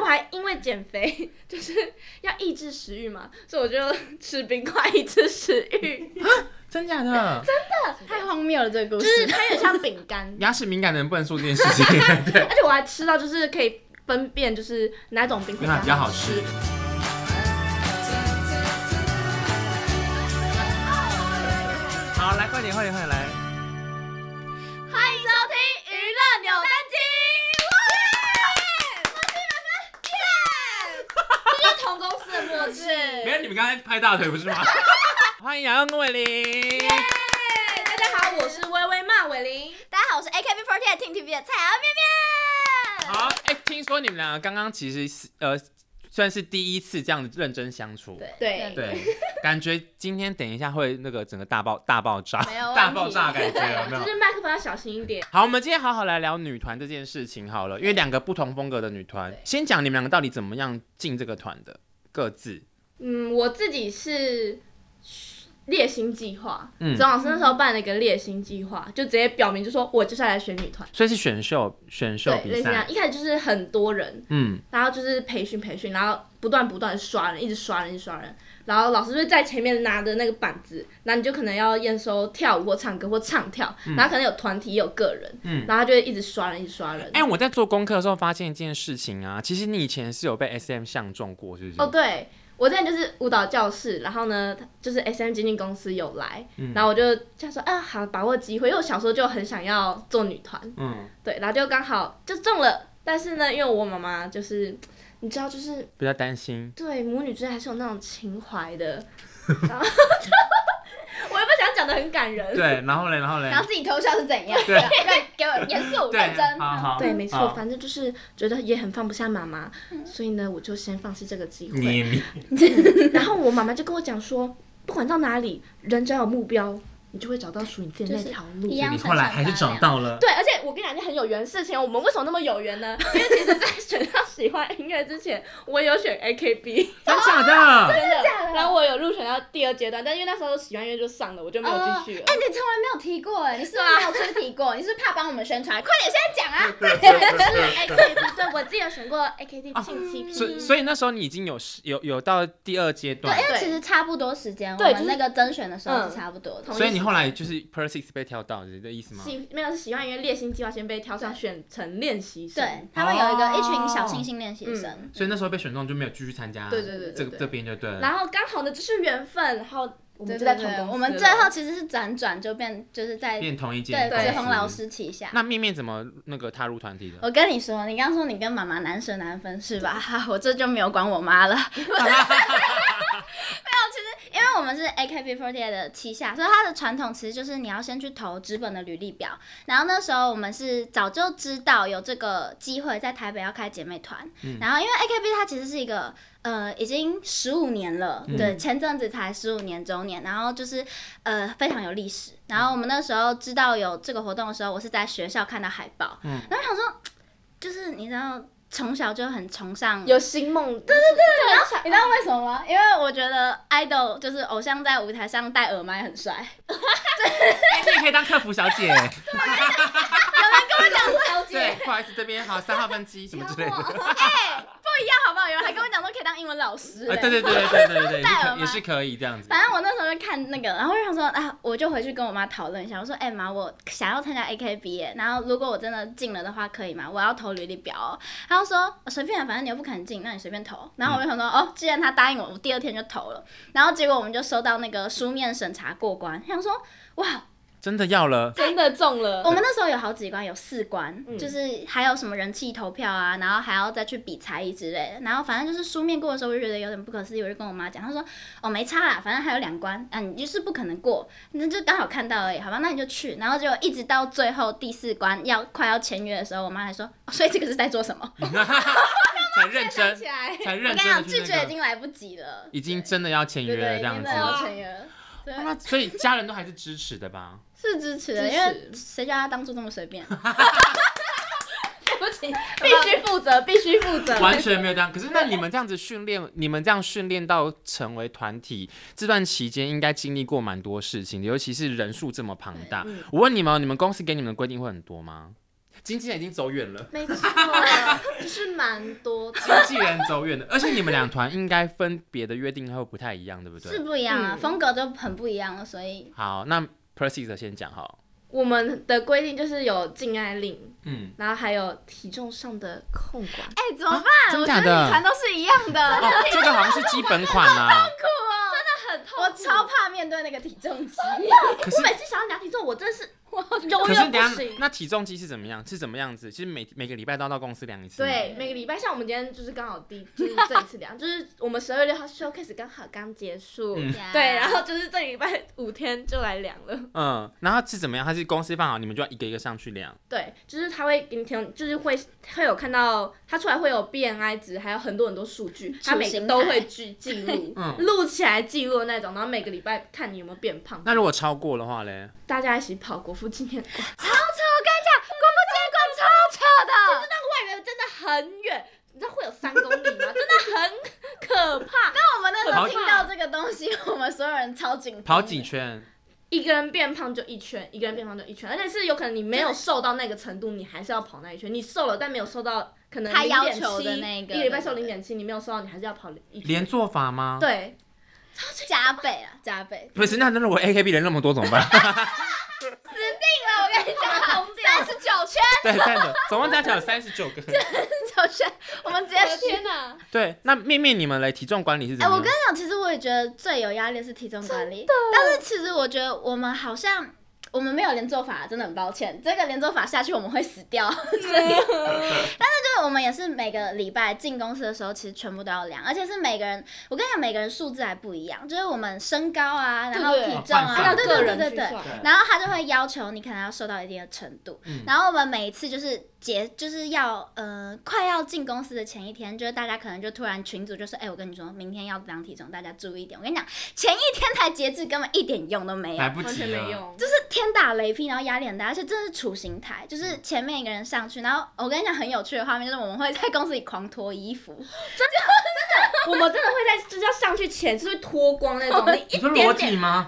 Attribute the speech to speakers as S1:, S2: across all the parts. S1: 我还因为减肥就是要抑制食欲嘛，所以我就吃冰块抑制食 欲，
S2: 真假 的？
S3: 太荒谬了，这个故
S1: 就
S3: 事。
S1: 是它有点像饼干，
S2: 牙齿敏感的人不能做这件事情， 对，
S1: 而且我还吃到就是可以分辨就是哪种冰
S2: 因为它
S1: 块
S2: 比较好吃。 好，来，快点，快点，快点来！
S1: 欢迎收听娱乐扭蛋机。这是同公司的默契，
S2: 没有，你们刚才拍大腿不是 吗？欢迎杨跟伟玲。
S1: 大家好，我是微微骂伟玲。
S3: 大家好，我是 AKB48 Team TV 的蔡阿面面。
S2: 好，哎、听说你们两个刚刚其实是呃，算是第一次这样认真相处。
S1: 对
S3: 对
S2: 对，感觉今天等一下会那个整个大爆大爆炸，
S3: 没有问题
S2: 大爆炸感觉有没
S1: 就
S2: 有？
S1: 是麦克风要小心一点。
S2: 好，我们今天好好来聊女团这件事情好了，因为两个不同风格的女团，先讲你们两个到底怎么样进这个团的，各自。
S1: 嗯，我自己是猎星计划，
S2: 嗯
S1: 嗯，总老师那时候办了一个猎星计划，就直接表明就说我就是要来选女团，
S2: 所以是选秀选秀
S1: 对，类
S2: 比
S1: 似这
S2: 赛
S1: 样。，一呃开始就是很多人，
S2: 嗯，
S1: 然后就是培训培训，然后不断不断地刷人，一直刷人，一直刷人，然后老师就会在前面拿着那个板子，然后你就可能要验收跳舞或唱歌或唱跳，然后可能有团体也有个人，嗯，
S2: 嗯
S1: 然后他就会一直刷人，一直刷人。
S2: 哎、我在做功课的时候发现一件事情啊，其实你以前是有被 SM 相中过，是不是？
S1: 哦，对，我之前就是舞蹈教室，然后呢，就是 S M 经纪公司有来，
S2: 嗯
S1: 然后我就想说，啊，好，把握机会，因为我小时候就很想要做女团，
S2: 嗯，
S1: 对，然后就刚好就中了，但是呢，因为我妈妈就是，你知道，就是
S2: 比较担心。
S1: 对母女之间还是有那种情怀的，然后就 我也不想讲的很感人，
S2: 对，啊然后嘞，然后嘞
S3: 然后自己偷笑是怎样？
S2: 对
S3: 对，给我严肃认真。
S2: 好
S1: 对，没错，
S2: 好
S1: 反正就是觉得也很放不下妈妈，所以呢，我就先放弃这个机会。
S2: 你你
S1: 嗯 然后我妈妈就跟我讲说，不管到哪里，人只要有目标，你就会找到属于你自己的那条路。
S3: 一样
S2: 你后来还是找到了。
S1: 对，而且我跟你讲，你很有缘。事情我们为什么那么有缘 呢？因为其实，在选上喜欢音乐之前，我也有选 AKB，
S2: 真假 的？
S1: 真的
S3: 假的
S1: 然后我有入选到第二阶段，但因为那时候喜欢音乐就上了，我就没有
S3: 哦，
S1: 继续了。
S3: 哎，你从来没有提过哎，你是不是没有出题过？你是不是怕帮我们宣传？快点，现在讲啊！快点，
S1: AKB，对我自己有选过 AKB 庆期
S2: 所以所以那时候你已经有有有到第二阶段，
S3: 因为其实差不多时间，我
S1: 对就
S3: 们
S1: 是
S3: 那个甄选的时候是差不多的
S1: 嗯。
S2: 所以你后来就是 per six 被挑到，你的意思吗？
S1: 喜没有是喜欢音乐练习计划先被挑上选成练习生。
S3: 对，他们有一个一群小星星练习生，
S2: 所以那时候被选中就没有继续参加，
S1: 对对对对
S2: 这个
S1: 对
S2: 这边就对了。
S1: 然后刚好呢，就是缘分，然后我们
S3: 对
S1: 就
S3: 对
S1: 在同
S3: 对
S1: 公司了。
S3: 我们最后其实是辗转就变，就是在
S2: 变同一间
S3: 对
S2: 公司
S3: 志宏老。师旗下。
S2: 那面面怎么那个踏入团体
S1: 呃
S2: 的？
S3: 我跟你说，你刚说你跟妈妈难舍难分是吧？哈， 我这就没有管我妈了。没有，其实因为我们是 AKB48 的旗下，所以它的传统其实就是你要先去投纸本的履历表。然后那时候我们是早就知道有这个机会在台北要开姐妹团，然后因为 AKB 它其实是一个呃已经十五年了，对，前阵子才十五年周年，然后就是呃非常有历史。然后我们那时候知道有这个活动的时候，我是在学校看到海报，
S2: 嗯
S3: 然后想说，就是你知道，从小就很崇尚
S1: 有星梦，嗯对对对，然后
S3: 你知道为什么吗？因为我觉得 idol 就是偶像在舞台上戴耳麦很帅。
S2: 哎，你也可以当客服小姐。
S1: 跟我讲小
S2: 对，不好意思，这边好三号分机什么之 类的。
S3: 不一样好不好？有人还跟我讲说可以当英文老师、
S2: 哎，
S3: 欸
S2: 对对对对对对对，也
S3: 戴
S2: 是
S3: 耳
S2: 可
S3: 麦
S2: 也是可以这样子。
S3: 反正我那时候就看那个，然后我就想说啊，我就回去跟我妈讨论一下，我说，哎、妈，我想要参加 AKB，耶然后如果我真的进了的话，可以吗？我要投履历表、哦。她就说随便啊，反正你又不肯进，那你随便投。然后我就想说，哦，既然她答应我，我第二天就投了。然后结果我们就收到那个书面审查过关，想说，哇，
S2: 真的 要了，
S1: 真的中了
S3: 我。们那时候有好几关，有四关，
S1: 嗯
S3: 就是还有什么人气投票啊，然后还要再去比才艺之类的。然后反正就是书面过的时候，我就觉得有点不可思议，我就跟我妈讲，她说哦没差啦，反正还有两关，嗯、你就是不可能过，那就刚好看到而已，好吧，那你就去。然后就一直到最后第四关要快要签约的时候，我妈还说、哦所以这个是在做什么？
S2: 才认真，
S1: 起来，
S2: 才
S3: 我
S2: 认
S3: 跟
S2: 真
S3: 你
S2: 的
S3: 讲，
S2: 去
S3: 拒
S2: 那
S3: 绝已
S2: 个，
S3: 经来不及了，
S2: 已经真的要签约
S3: 对
S2: 了
S3: 对，
S2: 这
S3: 已
S2: 样
S3: 经
S2: 子哦
S3: 真的。要签约了。对，啊
S2: 那所以家人都还是支持的吧？
S3: 是支持的，
S1: 支持
S3: 因为谁叫她当初这么随便？
S1: 对不起，必须负责，必须负 责。
S2: 完全没有这样。可是那你们这样子训练，你们这样训练到成为团体，这段期间应该经历过蛮
S1: 嗯
S2: 多事情的，尤其是人数这么庞大。我问你们哦，你们公司给你们的规定会很多吗？经纪人已经走远了，
S1: 没错，就是蛮多的。
S2: 经纪人 走远了，而且你们两团应该分别的约定会不太一样， 对不
S3: 是
S2: 对？
S3: 不一样啊，
S1: 嗯
S3: 风格就很不一样了，所以
S2: 好，那 Percy 的先讲哈，
S1: 我们的规定就是有禁爱令，
S2: 嗯，
S1: 然后还有体重上的控管。
S4: 哎、怎么办？
S2: 真
S4: 我觉
S2: 假
S4: 得
S2: 的
S4: 女团都是一样的。
S2: 哦，这个好像是基本款啊啦、
S1: 很痛
S3: 我超怕面对那个体重机。
S2: 可是
S1: 我每次想要量体重，我真的是 我永
S2: 可是
S1: 远
S2: 等一
S1: 不
S2: 下
S1: 行。
S2: 那体重机是怎么样？是怎么样子？其实每每个礼拜都要到公司量一次吗。
S1: 对，每个礼拜像我们今天就是刚好第就是这一次 量，就是我们十二月六号 showcase 刚好刚结束，
S2: 嗯
S3: 啊
S1: 对，然后就是这礼拜五天就来量了。
S2: 嗯，然后是怎么样？它是公司放好，你们就要一个一个上去量。，
S1: 对，就是他会给你填，就是会会有看到他出来会有 BMI 值，还有很多很多数据，他每
S3: 形
S1: 个都
S3: 态
S1: 会记记录
S2: 嗯
S1: 录起来记录的那种，然后每个礼拜看你有没有变胖。
S2: 那如果超过的话嘞，
S1: 大家一起跑国父纪念馆，
S4: 超
S1: 外面真的很远，你知道会有三公里吗？真的很可怕。
S3: 我们那时候
S2: 跑
S3: 听到这个东西，我们所有人超紧绷的。
S2: 跑几圈？
S1: 一个人变胖就一圈，一个人变胖就一圈，而且是有可能你没有瘦到那个程度，你还是要跑那一圈。你瘦了但没有瘦到可能
S3: 他
S1: 零
S3: 要
S1: 点
S3: 求
S1: 七
S3: 的那，个
S1: 一个礼拜瘦
S3: 对
S1: 零
S3: 对
S1: 点七，你没有瘦到，你还是要跑一圈。
S2: 连做法吗？，
S1: 对，
S3: 加倍啊，加倍。
S2: 不是，那那如果 AKB 人那么多怎么办？
S3: 我跟你讲，三十九圈，
S2: 对，真的，总共加起来有三十九个。
S3: 九圈，我们直接
S1: 我的天哪、
S2: 对，那面面你们嘞，体重管理是怎
S3: 哎、
S2: 么
S3: 我
S2: 样？
S3: 跟你讲，其实我也觉得最有压力的是体重管理，但是其实我觉得我们好像我们没有连坐法，真的很抱歉，这个连坐法下去我们会死掉。 所以，但是 就是我们也是每个礼拜进公司的时候，其实全部都要量，而且是每个人，我跟你讲，每个人数字还不一样，就是我们身高啊，然后
S1: 对
S3: 体
S1: 对
S3: 重
S2: 哦换
S3: 啊，
S2: 算
S3: 对
S1: 个
S3: 对对
S1: 人
S3: 对
S1: 去
S3: 对。
S1: 算
S2: 对
S3: 然后他就会要求你可能要瘦到一定的程度，
S2: 嗯
S3: 然后我们每一次就是结就是要呃快要进公司的前一天，就是大家可能就突然群组就说，哎、我跟你说明天要量体重，大家注意一点。我跟你讲，前一天才截至，根本一点用都没有
S2: 来。不啊
S1: 完
S2: 及
S1: 全没
S2: 了。
S1: 用，
S3: 就是天打雷劈，然后压力很大，而且这是处刑台，就是前面一个人上去，然后我跟你讲很有趣的画面，就是我们会在公司里狂脱 衣服，
S1: 我们真的会在就是要上去前是会脱光那 种，你
S2: 你
S1: 一
S2: 说
S1: 点
S2: 裸
S1: 点
S2: 体吗？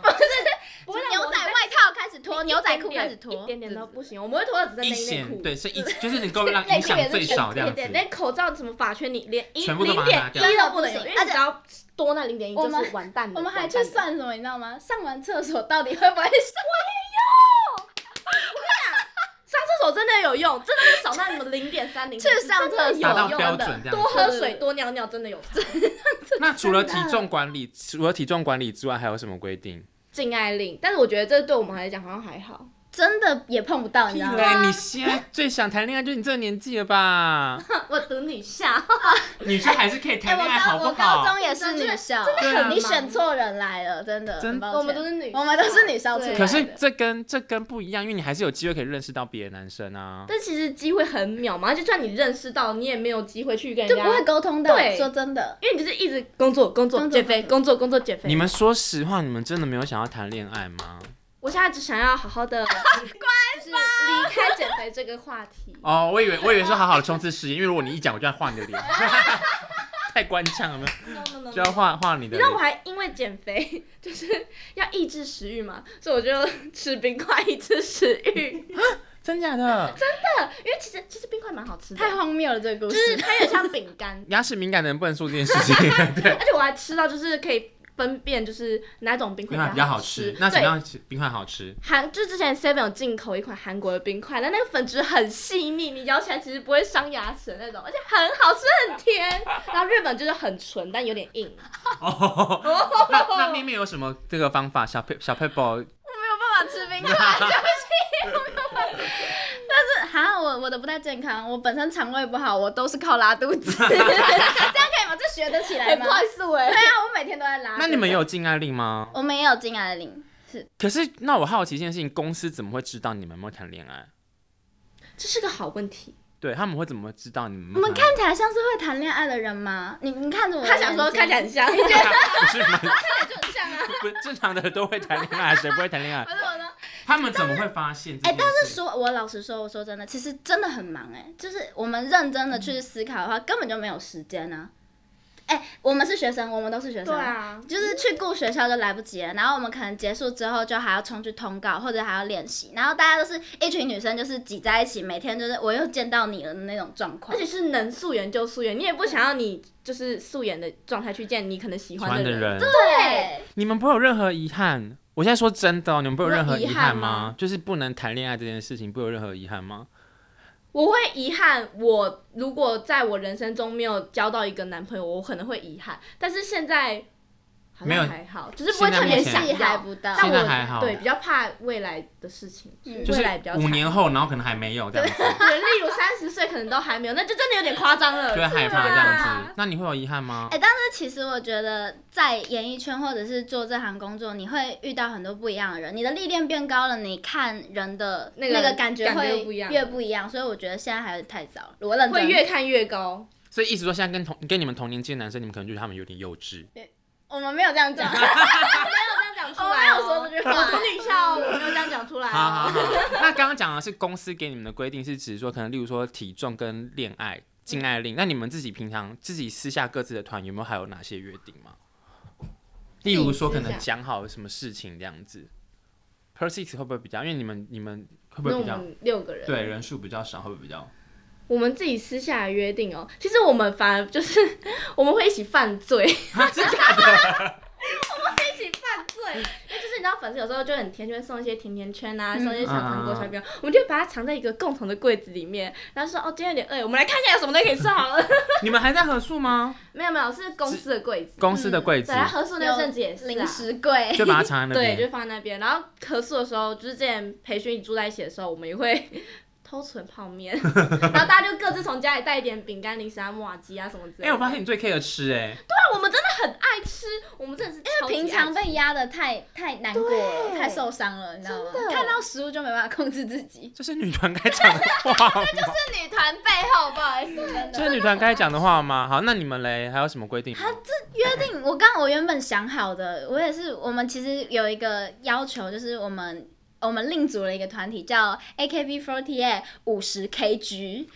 S1: 不会让
S3: 牛
S1: 我
S3: 仔
S1: 们
S3: 外套开始脱，
S1: 一
S3: 牛仔裤
S1: 点
S3: 开
S1: 点
S3: 始脱，
S1: 一点点都不行，我们会脱到只剩
S2: 一
S1: 内内
S2: 显
S1: 裤，
S2: 对，是一就是你够
S3: 内
S2: 让
S3: 内
S2: 影
S3: 裤
S2: 响
S3: 也是
S2: 最
S3: 全
S2: 少这样
S1: 对
S2: 子
S1: 对，。连口罩什么法圈你连一
S2: 全部都
S1: 零
S2: 把它拿
S1: 点
S2: 掉
S1: 一都不能有，
S3: 真的不行
S1: 因为你只要多那零点一
S3: 我
S1: 就
S3: 们
S1: 是完蛋的。
S3: 我们还
S1: 完
S3: 去
S1: 蛋的，
S3: 算什么，你知道吗？上完厕所到底会不会上？
S1: 上厕所真的有用，真的是少那什么零点三零，
S3: 去上厕所
S1: 真
S2: 达
S1: 的有
S2: 到
S1: 用。
S2: 标准这样
S1: 多
S2: 子。
S1: 喝水多尿尿真的有差。
S2: 那除了体重管理，除了体重管理之外，还有什么规定？
S1: 禁爱令，但是我觉得这对我们来讲好像还好。
S3: 真的也碰不到，你
S2: 屁
S3: 知道吗？
S2: 嘞！哎你现在最想谈恋爱就是你这个年纪了吧？
S1: 我等你下，
S2: 女生还是可以
S3: 哎，
S2: 谈
S3: 我
S2: 恋爱，
S3: 高
S2: 好不
S3: 我高
S2: 好？
S3: 中也是女校，
S2: 真的很
S3: 你选错人来了，真的，
S2: 真
S3: 很抱歉
S1: 我们都是女，啊
S3: 我们都是女校出来的。
S2: 可是这跟这跟不一样，因为你还是有机会可以认识到别的男生啊。
S1: 但其实机会很渺茫，就算你认识到，你也没有机会去跟人
S3: 就
S1: 家，
S3: 不会沟通到，
S1: 对
S3: 说真的，
S1: 因为你就是一直工作、工作、
S3: 工作
S1: 减肥、工作、工作、减肥。
S2: 你们说实话，你们真的没有想要谈恋爱吗？
S1: 我现在只想要好好 的，就是离开减肥这个话题。
S2: 哦，我以为我以为是好好的冲刺事业，因为如果你一讲，我就要画你的脸， 太官腔了，有没
S1: No, no, no,
S2: 有
S1: no.
S2: 就要画画你
S1: 你
S2: 的
S1: 知道我
S2: 脸。
S1: 还因为减肥 就是要抑制食欲嘛，所以我就吃冰块抑制食欲。
S2: 真假的？
S1: 因为其实其实冰块蛮好吃的，
S3: 太荒谬了这个故
S1: 就
S3: 事。
S1: 是它有点像饼干，
S2: 牙齿敏感的人不能做这件事情，对，
S1: 而且我还吃到就是可以分辨就是哪种冰
S2: 冰
S1: 块
S2: 块比较好
S1: 吃
S2: 吃。。那怎么
S1: 对
S2: 样吃冰块好吃？
S1: 韩就之前 Seven 有进口一款韩国的冰块，但那个粉质很细腻，你咬起来其实不会伤牙齿的那种，而且很好吃，很甜。然后日本就是很纯，但有点硬。
S2: 哦， 那那面面有什么这个方法？小佩小佩宝，
S3: 我没有办法吃冰块， 对不起，我没有办法。但是哈，我我的不太健康，我本身肠胃不好，我都是靠拉肚子。 这样可以吗？这学得起来
S1: 很
S3: 吗？
S1: 快速哎、
S3: 对啊，我每天都在拉。
S2: 那你们有禁爱令吗？
S3: 我们也有进来的零，
S2: 可是那我好奇一件事情，公司怎么会知道你们有没有谈恋爱？
S1: 这是个好问题。
S2: 对他们会怎么知道你们
S3: 我
S2: 有没
S3: 们
S2: 有谈恋爱？
S3: 看起来像是会谈恋爱的人吗？你你看着我的
S1: 他
S3: 眼睛，
S1: 想说看起来很像，
S2: 不是吗？
S3: 就很像啊。
S2: 不是正常的都会谈恋爱，谁不会谈恋爱？
S3: 不是 我呢，
S2: 他们怎么会发现？
S3: 哎但是说，我老实说，我说真的，欸其
S1: 嗯
S3: 实真的很忙哎、就是我们认真的去思考的话，根本就没有时间啊。哎、我们是学生，我们都是学生，
S1: 对啊，
S3: 就是去顾学校就来不及了，然后我们可能结束之后就还要冲去通告，或者还要练习，然后大家都是一群女生，就是挤在一起，每天就是我又见到你了的那种状况
S1: 而。且是能素颜就素颜，你也不想要你就是素颜的状态去见你可能喜
S2: 喜
S1: 欢
S2: 欢
S1: 的
S2: 的
S1: 人。
S2: 人，
S3: 对，
S2: 你们不会有任何遗憾。我现在说真的哦、你们不会有
S1: 你说
S2: 任何
S1: 遗
S2: 遗
S1: 憾
S2: 憾吗？
S1: 吗
S2: 就是不能谈恋爱这件事情，不会有任何遗憾吗？
S1: 我会遗憾，我如果在我人生中没有交到一个男朋友，我可能会遗憾。但是现在好像
S2: 没有
S1: 还好，就是不会特
S2: 现在
S1: 别
S2: 目前
S1: 啊想
S3: 意还
S1: 要。
S3: 不到，
S1: 但
S2: 现在
S1: 我
S2: 还好
S1: 对比较怕未来的事情，
S3: 嗯
S1: 就
S2: 就是是
S1: 未来比较
S2: 五
S1: 惨。
S2: 年后，然后可能还没有这样子，
S1: 对，例如三十岁可能都还没有，那就真的有点夸张了。
S2: 就会害怕
S1: 对
S2: 这
S1: 啊
S2: 样子。那你会有遗憾吗？
S3: 哎、但是其实我觉得在演艺圈或者是做这行工作，你会遇到很多不一样的人，你的历练变高了，你看人的
S1: 那个
S3: 那个感觉
S1: 感觉
S3: 会
S1: 又不一样
S3: 越不一样，所以我觉得现在还是太早了。我认
S1: 会
S3: 真
S1: 越看越高。
S2: 所以意思说，现在跟同跟你们同年纪的男生，你们可能觉得他们有点幼稚。
S3: 我们没有这样讲，
S1: 这样讲出
S3: 我没
S1: 来、
S3: 有
S1: 哦，
S3: 说这句
S1: 我
S3: 话。
S1: 同女校，我没有这样讲出来、哦。
S2: 好好好， 那刚刚讲的是公司给你们的规定，是指说可能例如说体重跟恋爱禁爱令。那你们自己平常自己私下各自的团有没有还有哪些约定吗？例如说可
S1: 私
S2: 能
S1: 下
S2: 讲好什么事情这样子。Per six 会不会比较？因为你们你们会不
S1: 那
S2: 会
S1: 我
S2: 比较？
S1: 们六个人，
S2: 对，人数比较少，会不会比较？
S1: 我们自己私下的约定哦。其实我们反而就是我们会一起犯罪，
S2: 啊， 真的假的？
S1: 一起犯罪。因为就是你知道，粉丝有时候就很甜，就会送一些甜甜圈啊，送一些小糖果、
S2: 嗯嗯嗯
S1: 小饼干，我们就把它藏在一个共同的柜子里面。然后说哦，今天有点饿，我们来看一下有什么东西可以吃好了。
S2: 你们还在合宿吗？
S1: 没有没有，是公司的柜子。
S2: 公司的柜子
S1: 对，嗯它合宿 那阵子也是、啊、
S3: 零食柜，
S2: 就把它藏在那
S1: 对，就
S2: 边。
S1: 放在那边。然后合宿的时候，就是之前培训住在一起的时候，我们也 会偷存泡面， 然后大家就各自从家里带一点饼干、零食啊、木瓦鸡啊什么之类的。
S2: 哎，我发现你最 care 吃哎，
S1: 那我们真的很爱吃，我们真的是因
S3: 哎平常被压的太太难过了，
S1: 对
S3: 太受伤了，你知道吗
S1: 真？的
S3: 看到食物就没办法控制自己。
S2: 这是女团该讲的话吗？
S4: 是女团背后，不好意思，真
S2: 这
S4: 的。
S2: 是女团该讲的话吗？好，那你们嘞还有什么规定吗？
S3: 约定，我刚我原本想好的，我也是，我们其实有一个要求，就是我们。我们另组了一个团体叫 AKB48 五十 KG，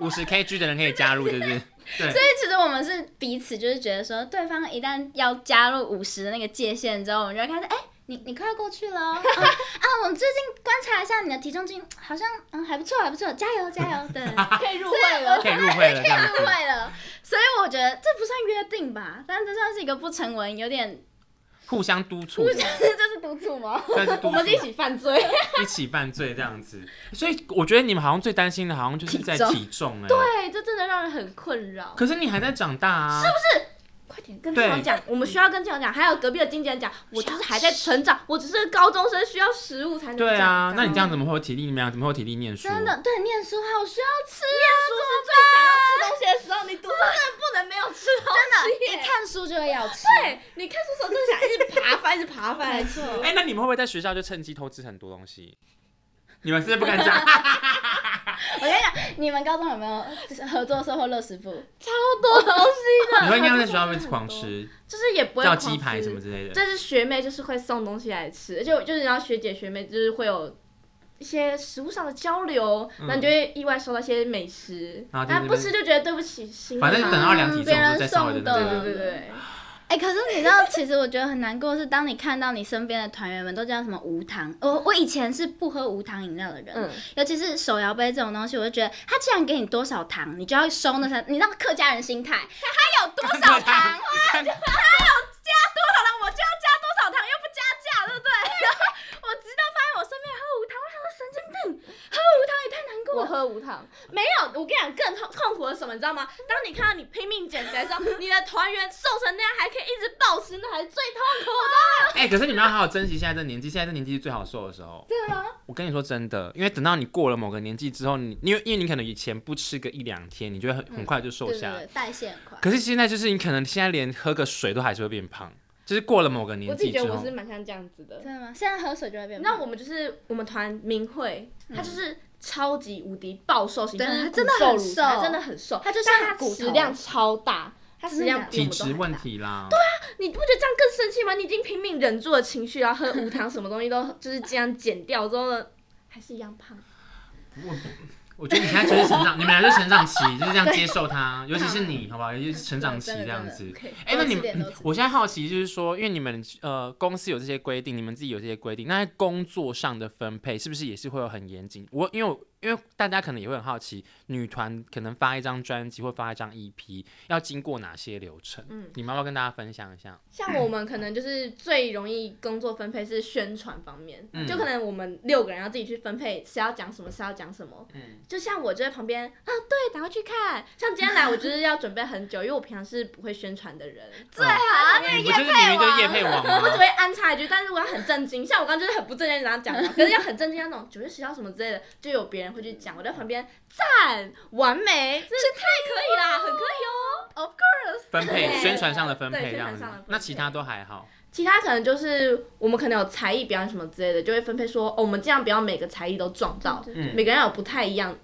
S2: 五十 kg 的人可以加入，对不对？
S3: 所以其实我们是彼此就是觉得说，对方一旦要加入五十的那个界限之后，我们就会开始，哎、你你快要过去了哦、啊啊，我们最近观察一下你的体重斤，好像嗯还不错还不错，加油加油，对，对
S1: 可以入会了。
S2: 可以入会了，这样
S3: 对误
S2: 子。
S3: 会了，所以我觉得这不算约定吧，但这算是一个不成文，有点
S2: 互相督促
S3: 不，是这是督促吗？
S2: 但是 督
S1: 我
S2: 促
S1: 们就一起犯罪，
S2: 一起犯罪这样子。所以我觉得你们好像最担心的，好像就是在
S3: 体重
S2: 体重哎。
S1: 对，这真的让人很困扰。
S2: 可是你还在长大啊，是不是？
S1: 快点跟
S2: 对
S1: 经常讲，我们需要跟经常讲，还有隔壁的经纪人讲，我就是还在成长，我只是高中生，需要食物才能
S2: 对啊，
S1: 长大
S2: 那你这样怎么会有体力？你们俩怎么会有体力念书？
S3: 真的，对，念书好需要吃 啊，
S1: 叔叔最想要吃东西的时候，你肚子真的不能没有吃东西。
S3: 一看书就会要吃。
S1: 对，你看叔叔真的想一直扒饭，一直扒饭来吃。
S2: 哎、那你们会不会在学校就趁机偷吃很多东西？你们是不是不敢讲？
S3: 我跟你讲，你们高中有没有合作社或乐食部？
S1: 超多东西的，
S2: 你会应该在学校被狂吃，
S1: 就是也不会
S2: 叫
S1: 狂
S2: 鸡排
S1: 吃
S2: 什么之类的。
S1: 就是学妹就是会送东西来吃，而且我就是然后学姐学妹就是会有一些食物上的交流，
S2: 嗯啊
S1: 那、你就会意外收到一些美食，
S2: 然后就
S1: 那
S2: 是
S1: 不吃就觉得对不起心嘛，
S2: 反正就等到量体重
S3: 别人
S2: 了再稍微的
S3: 送
S2: 那
S1: 对
S3: 的
S2: 个。
S1: 对对对，
S3: 哎、可是你知道，其实我觉得很难过，是当你看到你身边的团员们都叫什么无糖，我我以前是不喝无糖饮料的人，
S1: 嗯，
S3: 尤其是手摇杯这种东西，我就觉得他既然给你多少糖，你就要收那糖，你知道客家人心态，他有多少糖，
S2: 看
S3: 多少糖我就要加多少糖，又不加价，对不对？ 我直到发现我身边人喝无糖，我想说神经病，喝无糖也太难过
S1: 我
S3: 了。
S1: 喝无糖，没有，我跟你讲更痛痛苦的是什么，你知道吗？当你看到你拼命减肥的时候，你的团员瘦成那样还可以一直暴食，那才是最痛苦的。
S2: 哎、可是你们要好好珍惜现在这年纪，现在这年纪是最好受的时候。对啊，我跟你说真的，因为等到你过了某个年纪之后，你因为因为你可能以前不吃个一两天，你就会很
S1: 嗯
S2: 很快就瘦
S3: 对
S2: 下
S3: 对
S2: 来。
S3: 对，代谢很快。
S2: 可是现在就是你可能现在连喝个水都还是会变胖，就是过了某个
S1: 我
S2: 年
S1: 自己
S2: 纪之哦
S1: 觉得我
S2: 后
S1: 是，蛮像这样子的，
S3: 真的吗？现在喝水就会变胖。嗯
S1: 那我们就是我们团明慧，她就是超级无敌暴瘦型，
S3: 对
S1: 就是
S3: 她真的很
S1: 骨瘦如柴
S3: 瘦
S1: 真的很瘦，
S3: 她就像
S1: 但她
S3: 骨头
S1: 食量超大，她食量比我
S2: 体
S1: 们都
S2: 质
S1: 还
S2: 问
S1: 大。
S2: 题啦。对啊，
S1: 你不觉得这样更生气吗？你已经拼命忍住了情绪，然后喝无糖什么东西都就是这样减掉之后呢，还是一样胖。
S5: 我觉得你现在就是成长，你们俩就是成长期，就是这样接受它，尤其是你，好不好？尤其是成长期这样子。哎、那你
S4: 多吃点多
S5: 们
S4: 吃，
S2: 我现在好奇就是说，因为你们呃公司有这些规定，你们自己有这些规定，那在工作上的分配是不是也是会有很严谨？我因为我因为大家可能也会很好奇，女团可能发一张专辑或发一张 EP 要经过哪些流程？
S1: 嗯
S2: 你们要不要跟大家分享一下？
S1: 像我们可能就是最容易工作分配是宣传方面，
S2: 嗯
S1: 就可能我们六个人要自己去分配谁要讲什么，谁要讲什么。
S2: 嗯，
S1: 就像我就在旁边啊，对，赶快去看。像今天来，我就是要准备很久，因为我平常是不会宣传的人，
S2: 最好
S4: 啊，
S2: 哦你
S4: 那
S2: 不
S4: 个
S2: 就是你一个叶配王
S1: 我只
S2: 吗？
S1: 会安插一句。但是我要很震惊，像我刚刚就是很不正经，然后讲嘛，可是要很震惊那种九月十号什么之类的，就有别人会去讲。我在旁边赞，完美，真是太可以啦，很可以哦。Of course。
S2: 分配
S1: 对
S2: 宣传上的分配
S1: 对
S2: 这样
S1: 宣传
S2: 子
S1: 上的分，配
S2: 那其他都还好。
S1: 其他可能就是我们可能有才艺表演什么之类的，就会分配说，哦，我们尽量不要每个才艺都撞到，
S2: 嗯，
S1: 每个人要有不太一样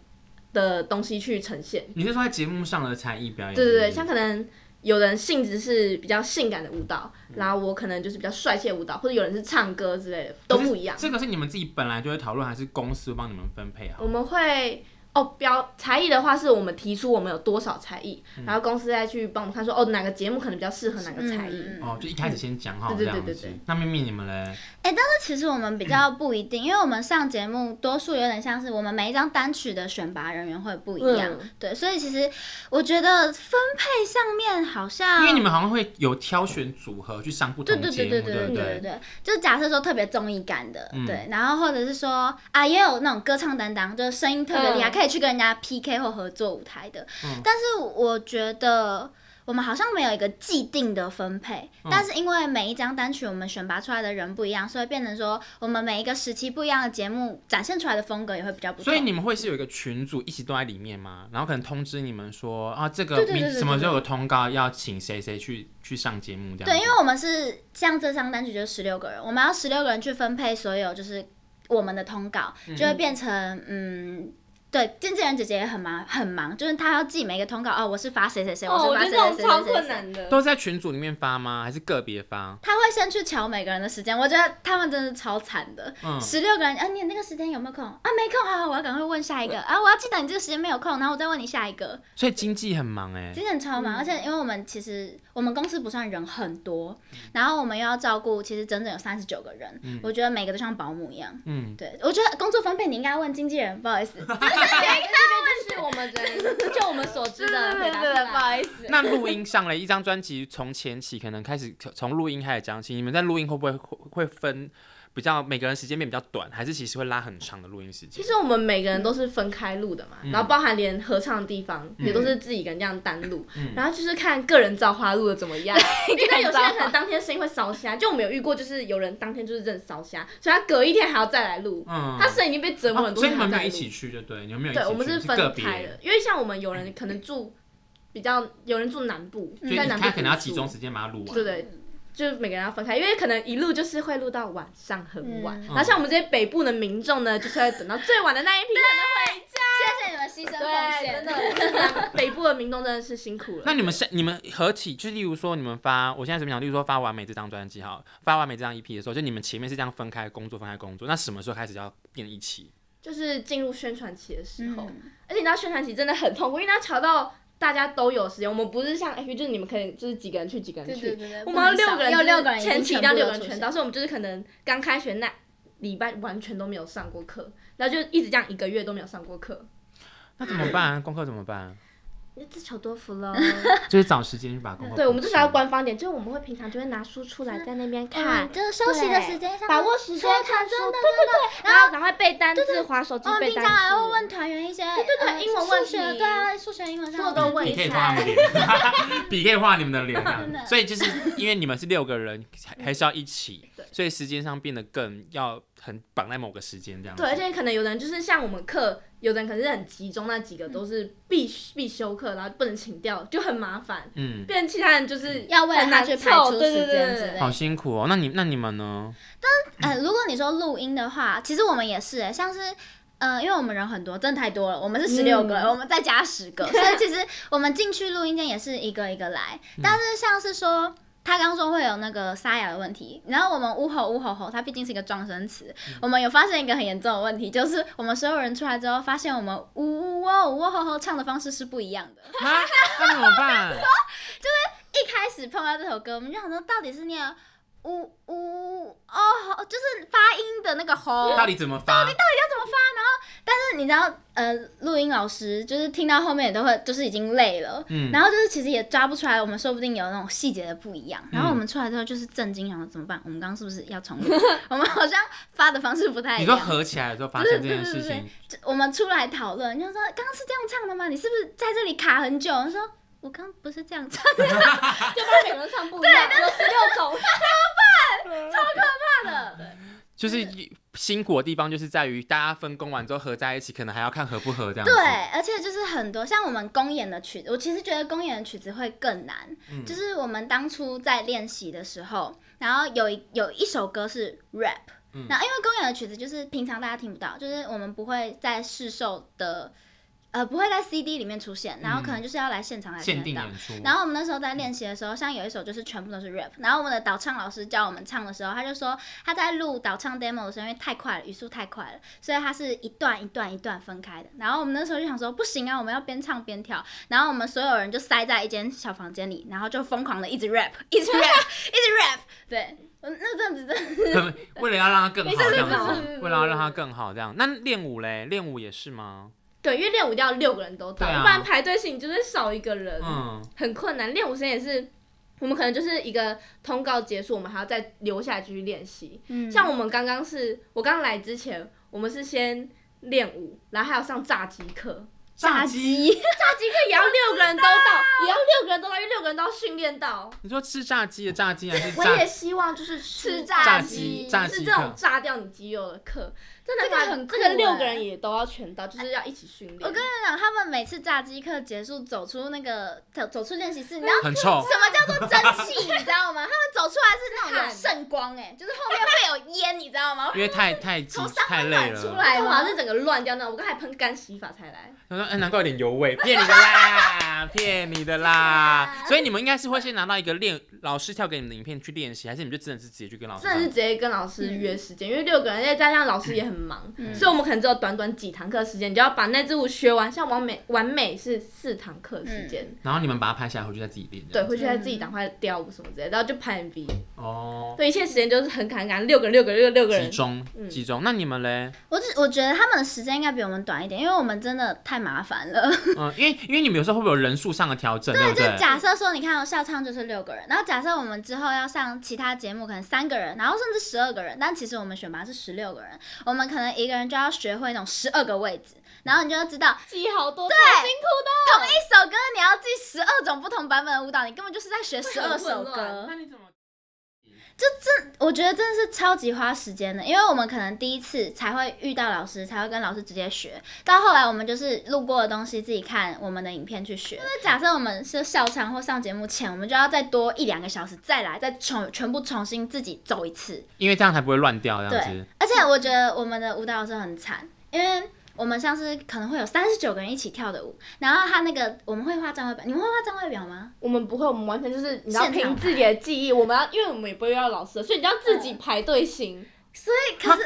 S1: 的东西去呈现。
S2: 你是说在节目上的才艺表演？
S1: 对对对，像可能有人性质是比较性感的舞蹈，然后我可能就是比较帅气的舞蹈，或者有人是唱歌之类的，都不一样
S2: 可。是这个是你们自己本来就会讨论，还是公司帮你们分配好
S1: 我？们会哦标才艺的话，是我们提出我们有多少才艺，然后公司再去帮我们看说哦哪个节目可能比较适合哪个才艺。
S3: 嗯
S2: 哦，就一开始先讲好
S1: 嗯
S2: 这
S1: 对对
S2: 样子。
S1: 对对对
S2: 那秘密你们嘞？
S3: 那其实我们比较不一定，因为我们上节目多数有点像是我们每一张单曲的选拔人员会不一样，
S1: 嗯
S3: 对，所以其实我觉得分配上面好像
S2: 因为你们好像会有挑选组合去上不
S3: 对
S2: 同
S3: 嗯对
S2: 节
S3: 对
S2: 目，
S3: 对
S2: 对
S3: 对
S2: 不
S3: 对对对，就假设说特别综艺感的，
S2: 嗯
S3: 对，然后或者是说啊，也有那种歌唱担当，就是声音特别厉害，可以去跟人家 PK 或合作舞台的。
S2: 嗯
S3: 但是我觉得我们好像没有一个既定的分配，
S2: 嗯
S3: 但是因为每一张单曲我们选拔出来的人不一样，所以变成说我们每一个时期不一样的节目展现出来的风格也会比较不同。
S2: 所以你们会是有一个群组一起都在里面吗？然后可能通知你们说啊，这个
S3: 对对对
S2: 明
S3: 对对
S2: 什么时候有通告要请谁谁去去上节目这样子？
S3: 对，因为我们是像这张单曲就是十六个人，我们要十六个人去分配所有就是我们的通告，就会变成嗯。对，经纪人姐姐也很忙，很忙，就是她要记每个通告哦，我是发谁谁谁，
S1: 哦，
S3: 是
S1: 我
S3: 发
S1: 觉得
S3: 谁
S1: 这种
S3: 谁谁
S1: 超
S3: 谁谁
S1: 困
S3: 谁。
S1: 难的。
S2: 都是在群组里面发吗？还是个别发？
S3: 她会先去瞧每个人的时间，我觉得他们真的是超惨的。
S2: 嗯，
S3: 十六、个人，啊，你那个时间有没有空啊？没空，好好，我要赶快问下一个啊！我要记得你这个时间没有空，然后我再问你下一个。
S2: 所以经济很忙哎、
S3: 真的很
S1: 嗯
S3: 超忙，而且因为我们其实我们公司不算人很多，
S1: 嗯
S3: 然后我们又要照顾，其实整整有三十九个人，我觉得每个都像保姆一样。
S2: 嗯，
S3: 对，我觉得工作分配你应该问经纪人，不好意 思，
S4: 就是我们人，就我们所知的回答出来
S3: 不好
S4: 意思，
S2: 那录音上了一张专辑，从前期可能开始从录音开始讲起，你们在录音会不会会会分比较每个人时间变比较短，还是其实会拉很长的录音时
S1: 其
S2: 间？
S1: 实我们每个人都是分开录的嘛，
S2: 嗯
S1: 然后包含连合唱的地方、也都是自己一个人这样单录，
S2: 嗯
S1: 然后就是看个人造化录的怎么样。因为 有些人可能当天声音会烧瞎，就我们有遇过，就是有人当天就是真的烧瞎，所以他隔一天还要再来录，
S2: 嗯，
S1: 他声音已经被折磨很
S2: 哦
S1: 多
S2: 所以
S1: 天
S2: 你
S1: 还要
S2: 们没
S1: 再
S2: 有
S1: 来
S2: 一
S1: 录。
S2: 起去就对，你们没有一起
S1: 对，
S2: 去，
S1: 我们
S2: 是
S1: 分
S2: 个别
S1: 开的，因为像我们有人可能住比较，有人住南部，
S2: 所以
S1: 在
S2: 你
S1: 南部
S2: 他可能要
S1: 读书
S2: 集中时间把它录完。
S1: 对对，就是每个人要分开，因为可能一路就是会录到晚上很晚，
S3: 嗯
S1: 然后像我们这些北部的民众呢，就是要等到最晚的那一批，
S3: 谢谢你们牺牲奉
S4: 对，
S3: 献
S4: 真。的，
S1: 北部的民众真的是辛苦了。
S2: 那你们是你们合体，就例如说你们发，我现在怎么讲？例如说发完美这张专辑哈，发完美这张 EP 的时候，就你们前面是这样分开工作，分开工作，那什么时候开始要变一起？就是
S1: 是进入宣传期的时候，
S3: 嗯
S1: 而且你知道宣传期真的很痛苦，因为要瞧到大家都有时间，我们不是像 F，就是你们可以就是几个人去几个人去，
S3: 对对
S1: 我们要六个人，就
S3: 要
S1: 是
S3: 六个人，
S1: 前期一定要六个人全到，
S3: 到。
S1: 所以我们就是可能刚开学那礼拜完全都没有上过课，然后就一直这样一个月都没有上过课。
S2: 那怎么办？功课怎么 办？
S1: 自求多福喽。
S2: 就是找时间去把功课补 齐。
S1: 对，我们至少要官方一点，就是我们会平常就会拿书出来在那边看，
S3: 嗯，就是休息的时间上，
S1: 把握时间看书，对对对，然后赶快背单词，划手机
S3: 我们
S1: 背
S3: 哦平
S1: 单
S3: 常还会
S1: 词。
S3: 问团员一些，
S1: 对对
S3: 呃
S1: 英文问
S3: 数学
S1: 题
S3: 对啊，数学、英文上
S1: 所有都问
S2: 你
S1: 一
S2: 可以
S1: 下
S2: 画你的脸， 笔可以画你们的脸啊
S3: 真的
S2: 所以就是因为你们是六个人，还还是要一起，所以时间上变得更要很绑在某个时间这样子。
S1: 对，而且可能有的人就是像我们课，有的人可能是很集中，那几个都是必必修课，然后不能请掉，就很麻烦。
S2: 嗯，
S1: 变成其他人就是
S3: 要为了
S1: 很
S3: 他
S1: 难
S3: 去排
S1: 凑
S3: 出
S1: 对
S3: 时
S1: 对
S3: 间
S1: 对
S3: 之
S1: 对
S3: 类的
S2: 好。辛苦哦。那你那你们呢？
S3: 呃，如果你说录音的话，其实我们也是、欸，像是。呃，因为我们人很多，真的太多了。我们是十六个人，我们再加十个，所以其实我们进去录音间也是一个一个来。但是像是说，他他刚说会有那个沙哑的问题，然后我们呜吼呜吼吼，它毕竟是一个撞声词，我们有发现一个很严重的问题，就是我们所有人出来之后，发现我们呜呜哦呜哦吼吼唱的方式是不一样的。
S2: 啊，那怎么 办？
S3: 一开始碰到这首歌，我们就想说到底是念呜呜哦吼，就是发音的那个吼，
S5: 到底怎么发？
S3: 但是你知道，呃，录音老师就是听到后面也都会，就是已经累了，
S5: 嗯
S3: 然后就是其实也抓不出来，我们说不定有那种细节的不一
S5: 嗯
S3: 样。然后我们出来之后就是震惊，想说怎么办？我们刚刚是不是要重 录？我们好像发的方式不太
S5: 你
S3: 一
S5: 说
S3: 样。
S5: 合起来的时候发现这件事
S3: 对对
S5: 情，
S3: 就我们出来讨论，就说刚刚是这样唱的吗？你是不是在这里卡很久？我说我刚不是这样唱的，
S4: 就把每个人唱不一样，有十六种。
S2: 就是辛苦的地方就是在于大家分工完之后合在一起，可能还要看合不合这样子。
S3: 对，而且就是很多像我们公演的曲子，我其实觉得公演的曲子会更难，
S5: 嗯
S3: 就是我们当初在练习的时候，然后有一有一首歌是 rap，、
S5: 嗯
S3: 然后因为公演的曲子就是平常大家听不到，就是我们不会在市售的，呃，不会在 CD 里面出现，然后可能就是要来现场才
S5: 嗯限
S3: 听
S5: 定
S3: 得到。
S5: 演出，
S3: 然后我们那时候在练习的时候，像有一首就是全部都是 rap，然后我们的导唱老师教我们唱的时候，他就说他在录导唱 demo 的时候，因为太快了，语速太快了，所以他是一段一段一段分开的。然后我们那时候就想说，不行啊，我们要边唱边跳。然后我们所有人就塞在一间小房间里，然后就疯狂的一直 rap，一 直 rap，一直 rap。对，我那阵子真的
S5: 为了要让它更好这样
S4: 是
S5: 子，
S2: 为了要让它更好，这样。那练舞嘞，练舞也是吗？
S1: 对，因为练舞一定要六个人都到，
S5: 对啊
S1: 不然排队性就是少一个人，
S5: 嗯，
S1: 很困难。练舞时间也是，我们可能就是一个通告结束，我们还要再留下来继续练习。
S3: 嗯
S1: 像我们刚刚是我刚来之前，我们是先练舞，然后还有上炸鸡课，
S5: 炸鸡，
S1: 炸鸡课也要六个人都到，也要六个人都到，因为六个人都要训练到。
S2: 你说吃炸鸡的炸鸡还是
S1: 我
S2: 炸
S1: 也希望就是吃
S4: 吃
S1: 炸
S4: 炸
S2: 鸡
S4: 鸡？
S2: 炸
S1: 就是
S2: 鸡
S1: 这种
S2: 课？
S1: 炸掉你肌肉的课，真的
S3: 这个
S1: 把
S3: 很酷
S1: 这个六
S3: 欸
S1: 个人也都要全到，就是要一起训练。
S3: 我跟你讲，他们每次炸鸡课结束走出那个走走出练习室，你知 道
S2: 很臭，
S3: 什么叫做蒸 汽，你知道吗？他们走出来是那种有圣光哎、就是后面会有烟，你知道吗？
S2: 因为太太鸡
S3: 从
S2: 太累了。
S1: 来
S3: 吗
S1: 我好像是整个乱掉那种，我刚才喷干洗发才来。
S2: 他说：“哎、难怪有点油味，骗你的啦，骗你的啦。”所以你们应该是会先拿到一个练老师跳给你们的影片去练习，还是你们就真的是直接去跟老师
S1: 真
S2: 上？
S1: 的是直接跟老师约时间，因为六个人，再加上老师也很忙，
S3: 嗯
S1: 所以我们可能只有短短几堂课时间，你就要把那支舞学完。像完美完美是四堂课时间，
S5: 然后你们把它拍下来回去再自己练，
S1: 对，，回去再自己赶快跳舞什么之类的，然后就拍 MV。
S5: 哦，
S1: 对，一切时间就是很赶很赶，六个人，六个人，六个
S2: 集
S1: 人。
S2: 中集中。那你们嘞？
S3: 我只我觉得他们的时间应该比我们短一点，因为我们真的太麻烦了。
S2: 嗯，因为因为你们有时候会不会有人数上的调整，对不
S3: 就
S2: 对？
S3: 假设说，你看哦，校唱就是六个人，然后假设我们之后要上其他节目，可能三个人，然后甚至十二个人，但其实我们选拔是十六个人，我们可能一个人就要学会那种十二个位置，然后你就要知道
S4: 记好多，
S3: 对
S4: 辛苦的。
S3: 同一首歌你要记十二种不同版本的舞蹈，你根本就是在学十二首
S1: 会很混
S3: 歌。
S5: 你怎么？
S3: 我觉得真的是超级花时间的，因为我们可能第一次才会遇到老师，才会跟老师直接学。到后来我们就是路过的东西自己看我们的影片去学。那假设我们是校场或上节目前，我们就要再多一两个小时再来，再重全部重新自己走一次。
S2: 因为这样才不会乱掉，这样
S3: 对
S2: 子。，
S3: 而且我觉得我们的舞蹈老师很惨，因为。我们像是可能会有三十九个人一起跳的舞，然后他那个我们会画站位表，你们会画站位表吗？
S1: 我们不会，我们完全就是你知道
S3: 现场
S1: 凭自己的记忆，我们要，因为我们也不会要老师的，所以你要自己排队型。
S2: 啊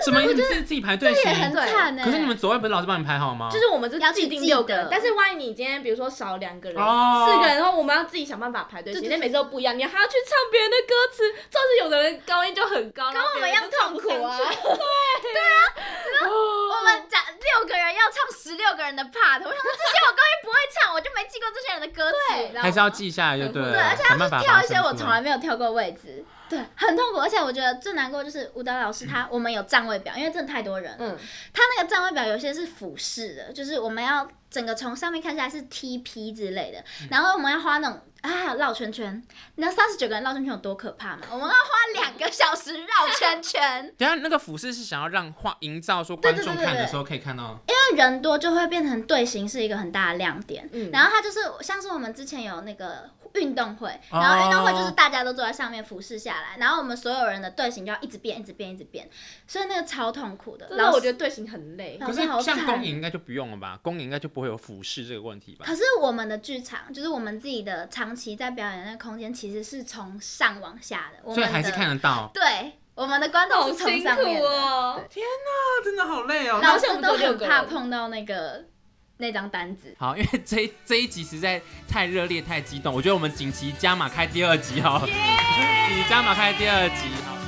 S2: 什么？你们自己自己排队
S3: 这
S2: 行
S3: 也？很啊欸惨呢、
S2: 可是你们左右不是老师帮你排好吗？
S1: 就是我们是
S3: 要
S1: 既定
S3: 记
S1: 六个人
S3: 得，
S1: 但是万一你今天比如说少两个人、
S2: 哦
S1: 四个人的话，我们要自己想办法排队。
S3: 对
S1: 今
S3: 对
S1: 天每次都不一样，你还要去唱别人的歌词，甚至有的人高音就很高，然
S3: 跟
S1: 后
S3: 我
S1: 别
S3: 们一
S1: 人
S3: 样
S1: 就唱
S3: 痛
S1: 不
S3: 苦啊！
S1: 上去
S3: 对啊， 我们讲六个人要唱十六个人的 part，我想说这些我根本不会唱，我就没记过这些人的歌词，你知道吗
S2: 还是要记下来就对了，
S3: 对，而且
S2: 想
S3: 要
S2: 办法
S3: 去
S2: 把它
S3: 跳一些
S2: 生出
S3: 我从来没有跳过位置，对，很痛苦。而且我觉得最难过就是舞蹈老
S2: 嗯
S3: 师他，我们有站位表，因为真的太多人了，
S1: 嗯，
S3: 他那个站位表有些是俯视的，就是我们要整个从上面看下来是 TP 之类的，
S2: 嗯
S3: 然后我们要花那种啊绕圈圈，你知道三十九个人绕圈圈有多可怕吗？我们要花两个小时绕圈圈。
S2: 等一下那个俯视是想要让画营造说
S3: 对
S2: 观
S3: 对
S2: 众
S3: 对对
S2: 看的
S3: 对
S2: 时候可以看到，
S3: 因为人多就会变成队形是一个很大的亮点。
S1: 嗯
S3: 然后它就是像是我们之前有那个运动会，
S2: 哦
S3: 然后运动会就是大家都坐在上面俯视下来，然后我们所有人的队形就要一直变，一直变，一直变，所以那个超痛苦的。
S1: 真
S3: 然
S1: 的
S3: 后
S1: 我觉得队形很累。
S3: 老
S2: 可
S3: 师
S2: 是
S3: 好
S2: 像
S3: 惨
S2: 公
S3: 哎
S2: 营应该就不用了吧？公营应该就不会有俯视这个问题吧？
S3: 可是我们的剧场就是我们自己的场长期在表演的那个空间其实是从上往下的，我
S2: 所以
S3: 们
S2: 还是
S3: 的
S2: 看得到。
S3: 对我们的观众
S1: 好
S3: 是从
S1: 辛
S3: 上面
S1: 苦
S3: 的，
S1: 哦。
S2: 啊， 真的好累哦。
S3: 老
S6: 而且我
S3: 师
S6: 们
S3: 都
S6: 只有六
S3: 很
S6: 个
S3: 怕
S6: 人
S3: 碰到那个那张单子。
S2: 好，因为这一这一集实在太热烈、太激动，我觉得我们锦旗加码开第二集好了，锦旗加码开第二集好了。